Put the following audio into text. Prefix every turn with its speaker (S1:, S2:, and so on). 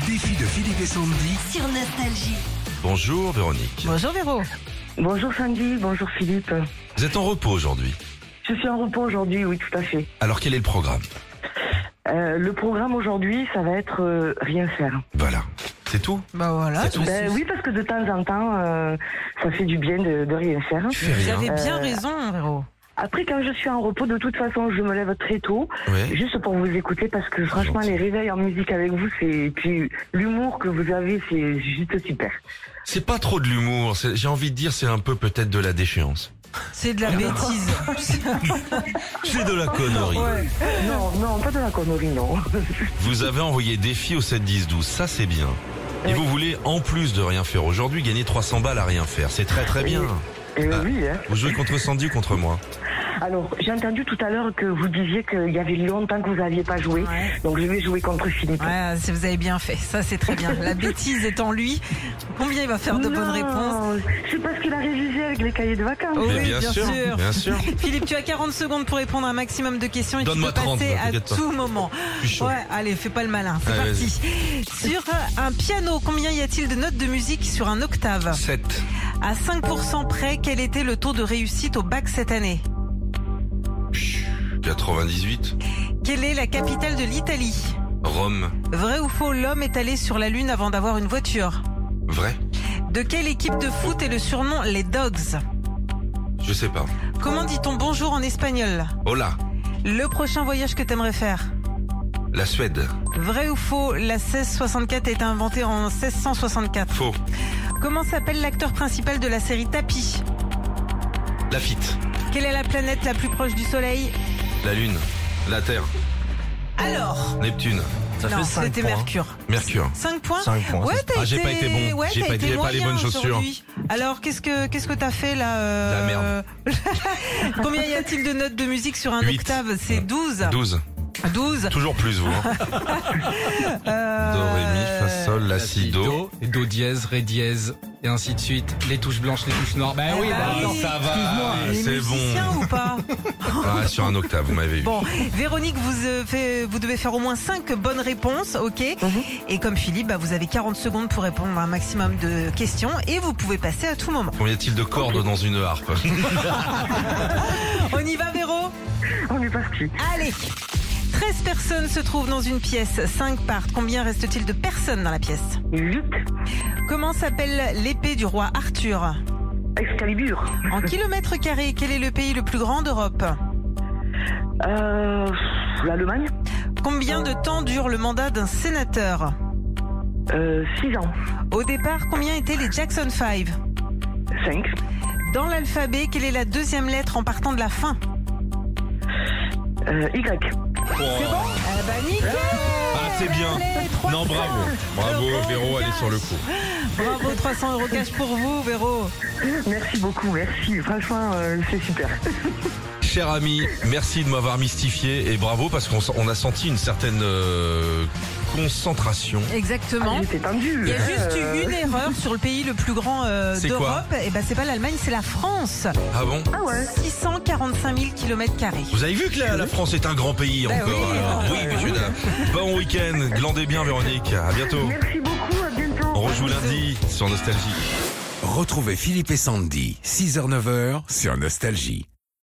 S1: Philippe et Sandy.
S2: sur Nostalgie.
S1: Bonjour Véronique.
S3: Bonjour Véro.
S4: Bonjour Sandy, bonjour Philippe.
S1: Vous êtes en repos aujourd'hui.
S4: Je suis en repos aujourd'hui, oui, tout à fait.
S1: Alors quel est le programme
S4: Euh, le programme aujourd'hui, ça va être euh, rien faire.
S1: Voilà. C'est tout
S3: Bah voilà.
S1: Ah, C'est tout.
S4: Ben oui, parce que de temps en temps, euh, ça fait du bien de, de rien faire.
S1: Tu fais
S3: Vous
S1: rien.
S3: avez bien
S4: Euh,
S3: raison, Véro.
S4: Après, quand je suis en repos, de toute façon, je me lève très tôt,
S1: Ouais.
S4: juste pour vous écouter, parce que franchement,
S1: gentil.
S4: les réveils en musique avec vous, c'est et puis l'humour que vous avez, c'est juste super.
S1: C'est pas trop de l'humour. c'est- J'ai envie de dire c'est un peu peut-être de la déchéance.
S3: C'est de
S4: Ah,
S3: la bêtise.
S1: C'est de la connerie.
S3: Ouais.
S4: Non, non, pas de la connerie, non.
S1: Vous avez envoyé défi au 7 10 12. Ça c'est bien. Et vous voulez en plus de rien faire aujourd'hui gagner 300 balles à rien faire. C'est très très bien.
S4: Eh
S1: Ah.
S4: oui, hein.
S1: Vous jouez contre Sandy ou contre moi
S4: Alors, j'ai entendu tout à l'heure que vous disiez qu'il y avait longtemps que vous n'aviez pas joué,
S3: Ouais.
S4: donc je vais jouer contre Philippe.
S3: Ouais, c'est- vous avez bien fait. Ça, c'est très bien. La bêtise est en lui. Combien il va faire de bonnes
S4: Non,
S3: réponses
S4: C'est parce qu'il a révisé avec les cahiers de vacances.
S3: Oh.
S1: Mais
S3: Oui, bien
S1: sûr,
S3: sûr.
S1: bien sûr.
S3: Philippe, tu as 40 secondes pour répondre à un maximum de questions et tu
S1: Donne-moi
S3: peux
S1: 30,
S3: passer à
S1: t'inquiète pas.
S3: tout moment.
S1: Je suis chaud.
S3: Ouais, allez, fais pas le malin. C'est
S1: Ouais,
S3: parti. Sur euh, un piano, combien y a-t-il de notes de musique sur un octave
S1: 7.
S3: À 5% près, quel était le taux de réussite au bac cette année
S1: 98.
S3: Quelle est la capitale de l'Italie
S1: Rome.
S3: Vrai ou faux, l'homme est allé sur la Lune avant d'avoir une voiture
S1: Vrai
S3: De quelle équipe de foot est le surnom les Dogs
S1: Je sais pas.
S3: Comment dit-on bonjour en espagnol
S1: Hola.
S3: Le prochain voyage que t'aimerais faire
S1: La Suède.
S3: Vrai ou faux, la 1664 a été inventée en 1664.
S1: Faux.
S3: Comment s'appelle l'acteur principal de la série Tapi
S1: Lafitte.
S3: Quelle est la planète la plus proche du Soleil
S1: La Lune. La Terre.
S3: Alors
S1: Neptune. Ça
S3: Non, c'était Mercure.
S1: Mercure.
S3: 5 points
S1: Cinq points,
S3: Ouais,
S1: c'est-
S3: t'as
S1: Ah, j'ai
S3: été...
S1: pas été bon.
S3: Ouais,
S1: J'ai
S3: t'as
S1: pas-
S3: été
S1: j'ai pas les
S3: moyen
S1: bonnes chaussures.
S3: aujourd'hui. Alors, qu'est-ce que qu'est-ce que t'as fait là euh, Combien y a-t-il de notes de musique sur un
S1: Huit.
S3: octave C'est 12.
S1: 12.
S3: 12.
S1: Toujours plus, vous. hein.
S3: Euh,
S1: Do, Ré, Mi, Fa, Sol, La, Si, Do.
S5: et Do dièse, Ré dièse, et ainsi de suite. Les touches blanches, les touches noires. Bah oui,
S3: bah
S5: bah
S3: oui.
S5: attends, ça va.
S1: Ah,
S3: il est
S1: C'est
S3: musicien
S1: bon.
S3: ou pas
S1: Ah, sur un octave, vous m'avez eu.
S3: Bon, Véronique, vous, euh, fait- vous devez faire au moins 5 bonnes réponses, ok Et comme Philippe, bah, vous avez 40 secondes pour répondre à un maximum de questions et vous pouvez passer à tout moment.
S1: Combien y a-t-il de cordes dans une harpe
S3: On y va, Véro
S4: On est parti.
S3: Allez 13 personnes se trouvent dans une pièce, 5 partent. Combien reste-t-il de personnes dans la pièce
S4: 8.
S3: Comment s'appelle l'épée du roi Arthur
S4: Excalibur.
S3: En kilomètres carrés, quel est le pays le plus grand d'Europe
S4: Euh, L'Allemagne.
S3: Combien de temps dure le mandat d'un sénateur
S4: 6 Euh, ans.
S3: Au départ, combien étaient les Jackson 5
S4: 5.
S3: Dans l'alphabet, quelle est la deuxième lettre en partant de la fin
S4: Euh, y.
S3: Eh ben, nickel
S1: Ah, c'est Oh, bien.
S3: Allez, trois
S1: Non,
S3: points.
S1: bravo. Bravo,
S3: Bravo,
S1: Véro,
S3: les
S1: elle est sur le coup.
S3: Bravo, 300 euros cash pour vous, Véro.
S4: Merci beaucoup, merci. Franchement, euh, c'est super.
S1: Cher ami, merci de m'avoir mystifié et bravo parce qu'on s- on a senti une certaine euh, concentration.
S3: Exactement.
S4: J'étais tendue.
S3: Il y a
S4: hein,
S3: juste eu
S4: euh.
S3: une erreur sur le pays le plus grand euh,
S1: C'est quoi
S3: d'Europe. Et ben, c'est pas l'Allemagne, c'est la France.
S1: Ah bon
S4: Ah ouais.
S3: 645 000 km carrés.
S1: Vous avez vu que la, la France est un grand pays
S3: Bah
S1: encore.
S3: oui.
S1: alors. Oui, monsieur, dames. Bon week-end, glandez bien Véronique, à bientôt.
S4: Merci beaucoup, à bientôt.
S1: On rejoue lundi sur Nostalgie.
S6: Retrouvez Philippe et Sandy, 6h-9h sur Nostalgie.